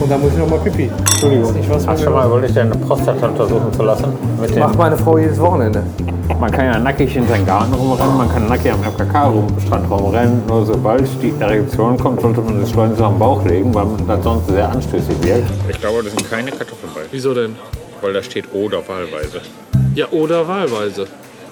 Und dann muss ich nochmal Pipi. Entschuldigung. Ich weiß Hast nicht, du schon was mal überlegt, deine Prostata untersuchen zu lassen? Mit dem Macht meine Frau jedes Wochenende. Man kann ja nackig in seinen Garten rumrennen, man kann nackig am FKK rum, Strand rumrennen. Nur sobald die Erektion kommt, sollte man das Schleunigst am Bauch legen, weil man dann sonst sehr anstößig wirkt. ich glaube, das sind keine Kartoffeln bei, Wieso denn? weil da steht oder wahlweise. Ja, oder wahlweise.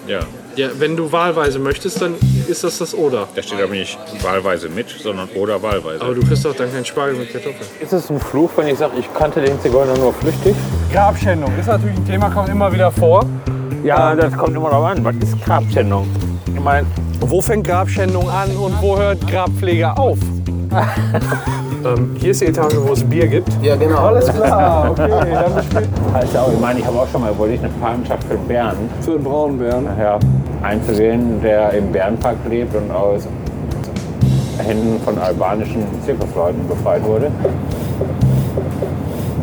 Ja, Ja, wenn du wahlweise möchtest, dann ist das das oder. da steht aber nicht wahlweise mit, sondern oder wahlweise. Aber du kriegst doch dann keinen Spargel mit Kartoffeln. Ist es ein Fluch, wenn ich sage, ich kannte den Zigeuner nur flüchtig? Grabschändung ist natürlich ein Thema, kommt immer wieder vor. Ja, das kommt immer darauf an. Was ist Grabschändung? Ich meine, Wo fängt Grabschändung an und wo hört Grabpflege auf? Ähm, Hier ist die Etage, wo es Bier gibt. Ja, genau. Alles klar, okay, dann bis später. heißt ja auch, ich meine, ich habe auch schon mal überlegt, eine Patenschaft für einen Bären Für den Braunbären. ja, einzugehen, der im Bärenpark lebt und aus Händen von albanischen Zirkusleuten befreit wurde.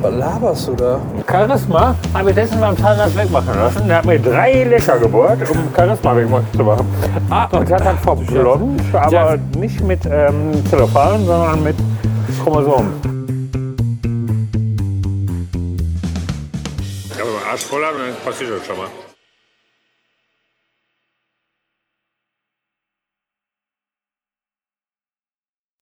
Was laberst du da? Charisma habe ich letztens beim Zahnarzt wegmachen lassen. Der hat mir drei Löcher gebohrt, um Charisma wegmachen zu machen. Ah, und das hat verblombt, aber nicht mit ähm, Zellophan, sondern mit Chromosomen. Wenn man Arsch voll hat, dann passiert das schon mal.